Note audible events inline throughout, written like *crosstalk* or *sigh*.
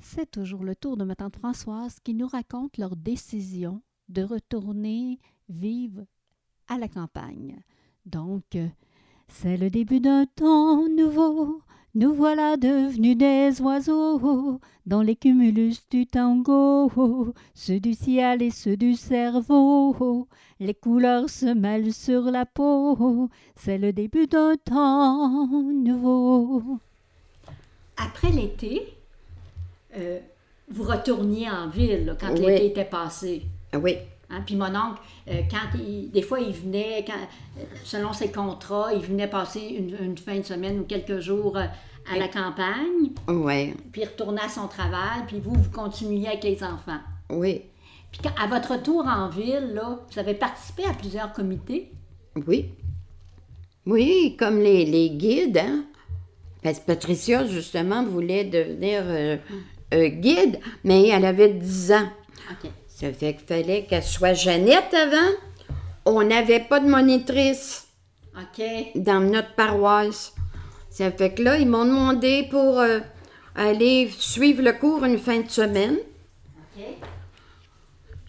c'est toujours le tour de ma tante Françoise qui nous raconte leur décision de retourner vivre à la campagne. Donc, euh, c'est le début d'un temps nouveau. Nous voilà devenus des oiseaux dans les cumulus du tango, ceux du ciel et ceux du cerveau. Les couleurs se mêlent sur la peau. C'est le début d'un temps nouveau. Après l'été, euh, vous retourniez en ville là, quand Oui. l'été était passé. Ah Oui, Hein, Puis mon oncle, euh, quand il- des fois, il venait, quand, euh, selon ses contrats, il venait passer une, une fin de semaine ou quelques jours euh, à la campagne, oui, puis il retournait à son travail, puis vous, vous continuiez avec les enfants. oui, Puis quand- à votre retour en ville, là, vous avez participé à plusieurs comités. oui. Oui, comme les, les guides, hein. Parce que Patricia, justement, voulait devenir euh, euh, guide, mais elle avait 10 ans. OK. Ça fait qu'il fallait qu'elle soit Jeannette avant. On n'avait pas de monitrice OK. dans notre paroisse. Ça fait que là, ils m'ont demandé pour euh, aller suivre le cours une fin de semaine. OK.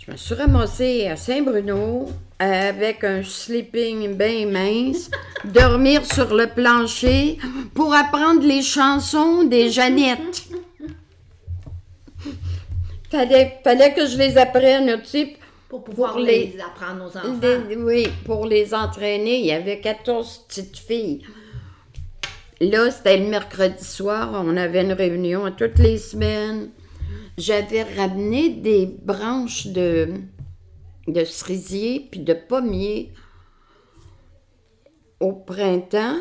Je me suis ramassée à Saint-Bruno avec un sleeping bien *laughs* mince, dormir sur le plancher pour apprendre les chansons des Jeannettes. *laughs* Fallait, fallait que je les apprenne, tu sais, Pour pouvoir Pour les- les... apprendre aux enfants. des- oui, pour les entraîner, il y avait 14 petites filles. Là, c'était le mercredi soir, on avait une réunion à toutes les semaines. J'avais ramené des branches de, de cerisier puis de pommier. Au printemps,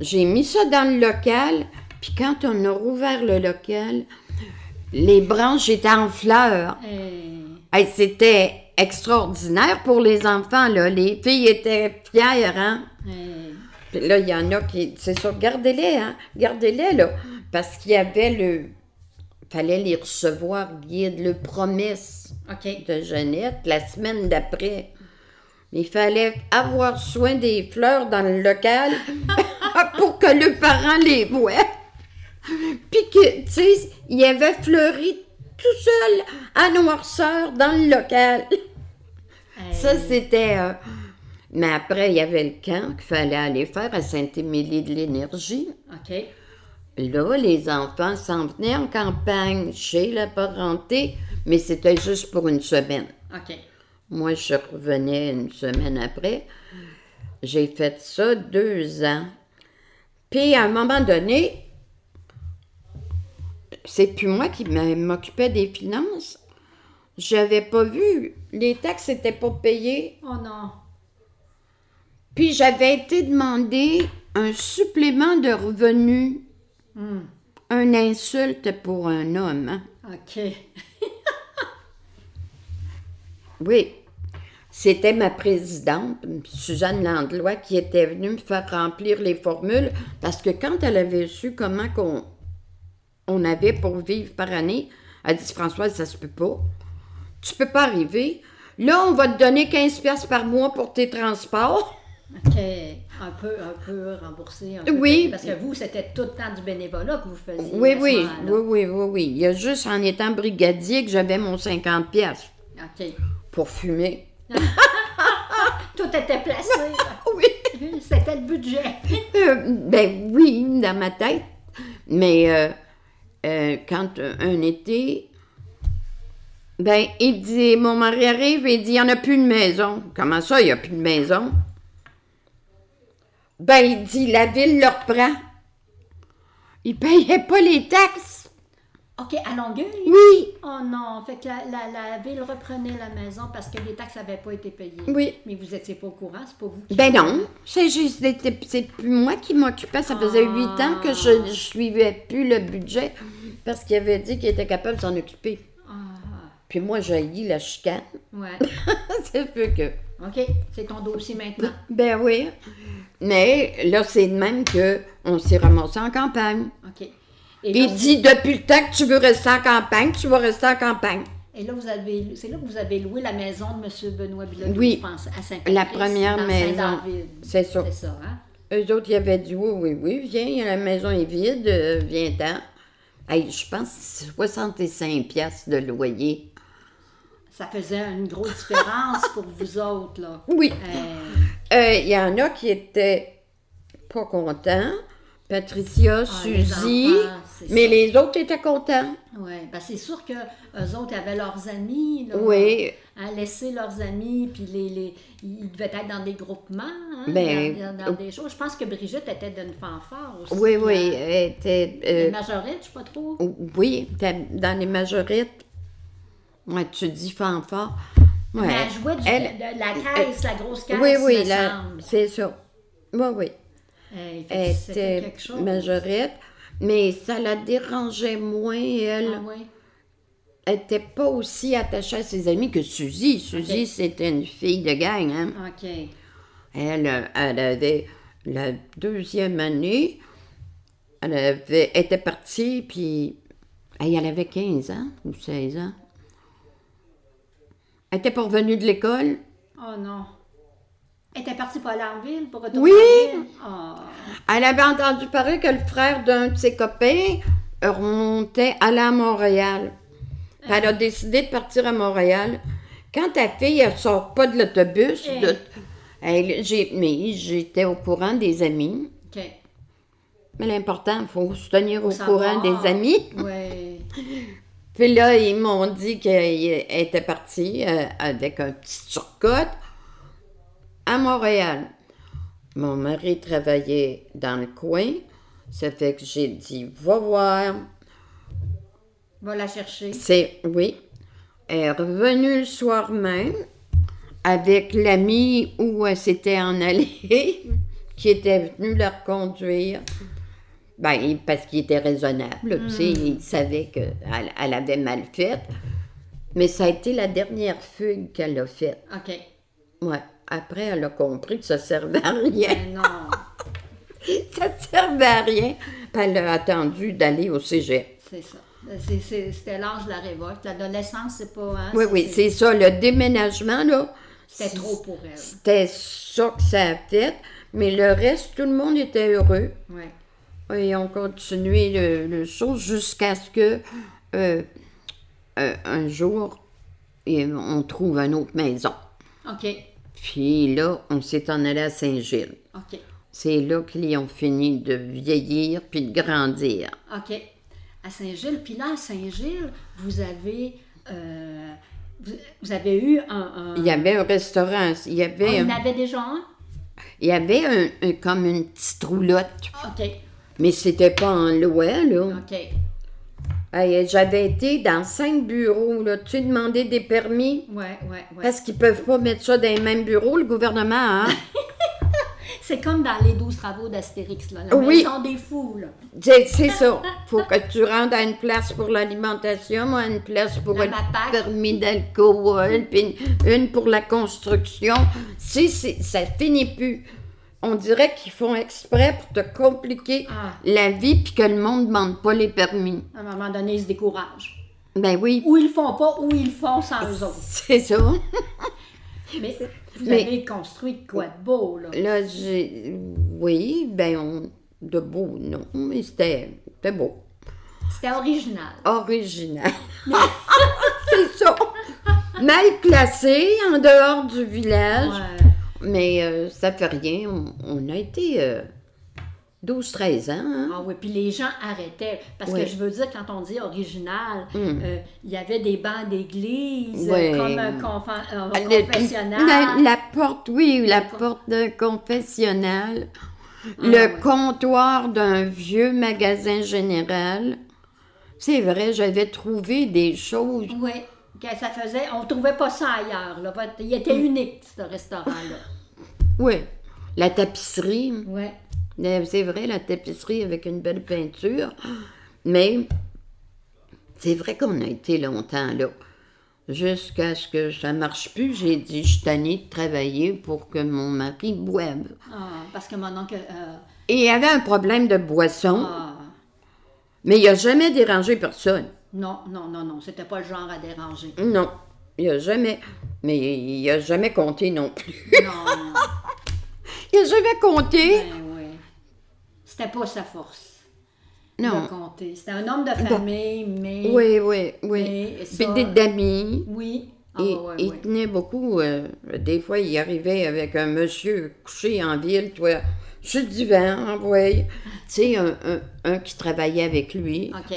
j'ai mis ça dans le local, puis quand on a rouvert le local, les branches étaient en fleurs. Euh, Hey, c'était extraordinaire pour les enfants, là. Les filles étaient fières, hein? euh, Puis là, il y en a qui. C'est sûr, gardez-les, hein? Gardez-les, là. Parce qu'il y avait le. Fallait les recevoir, guide, le promesse OK. de Jeannette la semaine d'après. Mais Il fallait avoir soin des fleurs dans le local *laughs* pour que le parent les voie. Puis que, tu sais, il avait fleuri tout seul à noirceur dans le local. Euh, Ça, c'était. euh, Mais après, il y avait le camp qu'il fallait aller faire à Saint-Émilie de l'Énergie. OK. Là, les enfants s'en venaient en campagne chez la parenté, mais c'était juste pour une semaine. OK. Moi, je revenais une semaine après. J'ai fait ça deux ans. Puis, à un moment donné, c'est plus moi qui m'a- m'occupais des finances. J'avais pas vu. Les taxes n'étaient pas payées. Oh non. Puis, j'avais été demander un supplément de revenus. Hum. Un insulte pour un homme. hein. OK. Oui. C'était ma présidente, Suzanne Landlois, qui était venue me faire remplir les formules parce que quand elle avait su comment qu'on on avait pour vivre par année, elle dit Françoise, ça se peut pas. Tu peux pas arriver. Là, on va te donner 15 pièces par mois pour tes transports. OK. Un peu, un peu remboursé. un peu Oui. payé, Parce que vous, c'était tout le temps du bénévolat que vous faisiez. Oui, à ce oui, moment-là. oui, oui, oui, oui. Il y a juste en étant brigadier que j'avais mon 50 pièces OK. pour fumer. Tout était placé. Oui. c'était le budget. Euh, ben oui, dans ma tête. Mais euh, euh, quand euh, un été, ben il dit, mon mari arrive et il dit, il n'y en a plus de maison. Comment ça, il n'y a plus de maison? Ben il dit, la ville le reprend. Il payait pas les taxes. OK, à Longueuil? Oui, Oh non, fait que la, la- la ville reprenait la maison parce que les taxes n'avaient pas été payées. oui. Mais vous n'étiez pas au courant, c'est pas vous qui... Ben non, c'est juste, c'était- c'est plus moi qui m'occupais. Ça faisait Ah. huit ans que je ne suivais plus le budget parce qu'il avait dit qu'il était capable de s'en occuper. Ah, Puis moi, j'ai la chicane. *laughs* ouais. c'est peu que. OK, c'est ton dossier maintenant. Ben oui. Mais là, c'est de même que on s'est ramassé en campagne. OK. Et là, Il vous- dit depuis le temps que tu veux rester en campagne, tu vas rester en campagne. et là, vous avez, c'est là que vous avez loué la maison de M. Benoît Bilodeau, Oui. je pense, à saint La première maison. C'est ça. C'est ça, hein? Eux autres, ils avaient dit oui, oui, oui, viens, la maison est vide, euh, viens-t'en. Hey, je pense 65 piastres de loyer. Ça faisait une grosse différence pour vous autres, là. Oui. Euh, Il y en a qui étaient pas contents. Patricia, ah, les Suzy, enfants, c'est mais ça. les autres étaient contents. Ouais, ben c'est sûr que eux autres avaient leurs amis, là, Oui, à hein, laisser leurs amis, puis les, les- ils devaient être dans des groupements, hein, Ben, dans, dans- dans des choses. Je pense que Brigitte était d'une fanfare aussi. oui, oui. hein. elle était, euh, Les majorettes, je sais pas trop. oui, t'as- dans les majorites. Ouais, tu dis fanfare. Ouais. Mais elle jouait du- Elle- de la caisse, la grosse caisse, oui, oui, me là, semble. c'est ça. Oui, oui. Euh, fait Elle que C'était était quelque chose. majorette, mais ça la dérangeait moins, Ah elle. oui. Elle n'était pas aussi attachée à ses amis que Suzy. Suzy, Ok. c'était une fille de gang. Hein? OK. Elle, euh, elle avait la deuxième année, elle avait, était partie, puis hey, elle avait 15 ans ou 16 ans. Elle était pas revenue de l'école. Oh non. Elle était partie pour aller en ville pour retourner Oui! en ville? Ah. Elle avait entendu parler que le frère d'un de ses copains remontait, allait à Montréal. Puis elle a décidé de partir à Montréal. Quand ta fille, elle sort pas de l'autobus, Hey. de- elle- j'ai- mais j'étais au courant des amis. OK. Mais l'important, il faut se tenir au courant savoir. des amis. Oui. Puis là, ils m'ont dit qu'elle était partie euh, avec un petit surcote à Montréal. Mon mari travaillait dans le coin. Ça fait que j'ai dit, va voir. Va la chercher. C'est, oui. Elle est revenue le soir même avec l'ami où elle s'était en allée, *laughs* qui était venu la reconduire. Ben, il- parce qu'il était raisonnable, tu sais, Hmm. il savait qu'elle elle avait mal fait. Mais ça a été la dernière fugue qu'elle a faite. OK. Ouais. Après, elle a compris que ça servait à *laughs* rien. *laughs* Mais non. ça servait à rien. Puis elle a attendu d'aller au cégep. C'est ça. C'est- c'est- C'était l'âge de la révolte. L'adolescence, c'est pas. hein, Oui, c'est- oui, c'est- c'est ça. Le déménagement, là. C'était trop pour elle. C'était ça que ça a fait. Mais le reste, tout le monde était heureux. Oui. Et on continuait le, le show jusqu'à ce que, euh, euh, un jour, et on trouve une autre maison. OK. Puis là, on s'est en allé à Saint-Gilles. OK. C'est là qu'ils ont fini de vieillir puis de grandir. OK. À Saint-Gilles. Puis là, à Saint-Gilles, vous avez. euh, vous, vous avez eu un. un- Il y avait un restaurant, il y avait, On en un- avait déjà un? il y avait un- un- comme une petite roulotte, OK. mais c'était pas en loin, là. OK. Hey, J'avais été dans cinq bureaux. Là. Tu demandais des permis Ouais, ouais, ouais. parce qu'ils peuvent pas mettre ça dans les mêmes bureaux, le gouvernement. *laughs* Hein? C'est comme dans les 12 travaux d'Astérix, là. La Oui. maison des fous, là. C'est c'est ça. faut que tu rentres à une place pour l'alimentation, à une place pour La le MAPAC. permis d'alcool, puis une- une pour la construction. Si si, ça finit plus. On dirait qu'ils font exprès pour te compliquer Ah. la vie puis que le monde ne demande pas les permis. À un moment donné, ils se découragent. Ben oui, Ou ils le font pas, ou ils le font sans eux autres. *laughs* c'est ça. Mais vous Mais- avez construit de quoi de beau, là. Là, j'ai. Oui, ben, on... de beau, non, mais c'était c'était beau. C'était original. Original. *laughs* C'est ça. Mal placé, en dehors du village. Ouais. Mais euh, ça fait rien. On, on a été euh, 12-13 ans. hein. Ah oui, puis les gens arrêtaient. Parce que Oui. je veux dire, quand on dit original, euh, il Mm. y avait des bancs d'église, euh, Oui. comme un, confa- un Ah, Le- confessionnal. La, la porte, oui, la con- Ah, porte de confessionnal. le ouais. comptoir d'un vieux magasin général. C'est vrai, j'avais trouvé des choses. Oui, que ça faisait. On ne trouvait pas ça ailleurs. Là. Votre- Il était Mm. unique, *laughs* ce restaurant-là. Oui, la tapisserie. Oui. Mais C'est vrai, la tapisserie avec une belle peinture. Mais c'est vrai qu'on a été longtemps là. Jusqu'à ce que ça marche plus, j'ai dit, je suis tannée de travailler pour que mon mari boive. Ah, parce que mon oncle. euh, Et il y avait un problème de boisson, ah, mais il n'a jamais dérangé personne. non, non, non, non. C'était pas le genre *laughs* à déranger. Non, il n'a jamais... Mais il n'a jamais compté non plus. *laughs* Non, Il n'a jamais compté. ben oui. C'était pas sa force. le Non. Bah. comté. C'était un homme de famille, mais. Oui, oui, oui. mais Puis ça- des d'amis. Oui. Ah, Et ouais, il ouais. tenait beaucoup. euh, des fois, il arrivait avec un monsieur couché en ville, toi, sur le divan, *laughs* envoyé. Tu sais, un, un- un qui travaillait avec lui. OK.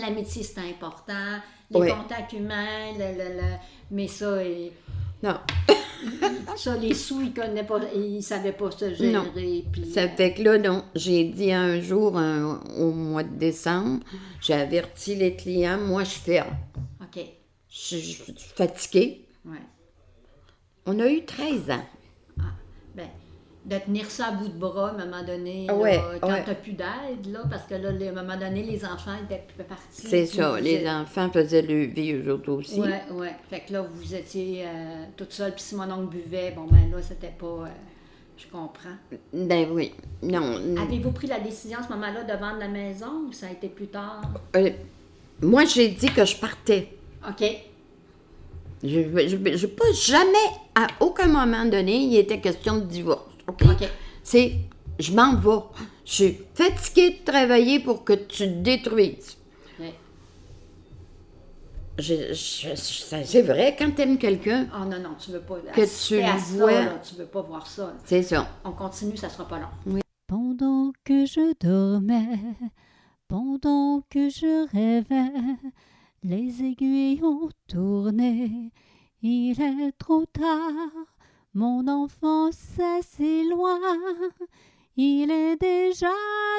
L'amitié, c'est important. Les Ouais. contacts humains, le- le- le- mais ça, il- Non, ça, les sous, il connaît pas, il savait pas se gérer. Non. puis- ça fait que là, non, j'ai dit un jour, un- au mois de *laughs* décembre, j'ai averti les clients, moi, je ferme. OK. Je, je suis fatiguée. Ouais. On a eu 13 ans. Ah, ben, de tenir ça à bout de bras à un moment donné, là, Ouais, quand ouais. t'as plus d'aide, là, parce que là, les- à un moment donné, les enfants étaient p- partis. C'est puis ça, vous les êtes- enfants faisaient le vie, eux autres aussi. Ouais, ouais. Fait que là, vous étiez euh, toute seule, puis si mon oncle buvait, bon, ben là, c'était pas. euh, je comprends. Ben oui, non. Avez-vous pris la décision à ce moment-là de vendre la maison ou ça a été plus tard? euh, moi, j'ai dit que je partais. OK. Je n'ai pas jamais, à aucun moment donné, il était question de divorce. OK? OK. C'est, je m'en vais. Je suis fatiguée de travailler pour que tu te détruises. Ouais. Je- je- ça, c'est vrai, quand t'aimes quelqu'un, Ah non, non, tu veux pas. tu assister à le ça, vois. là, tu veux pas voir ça. c'est ça. On continue, ça sera pas long. Pendant que je dormais, pendant que je rêvais, les aiguilles ont tourné. Il est trop tard, mon enfance est si loin. Il est déjà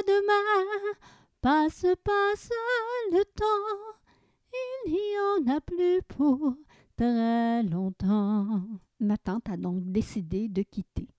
demain, passe, passe le temps. Il n'y en a plus pour très longtemps. Ma tante a donc décidé de quitter.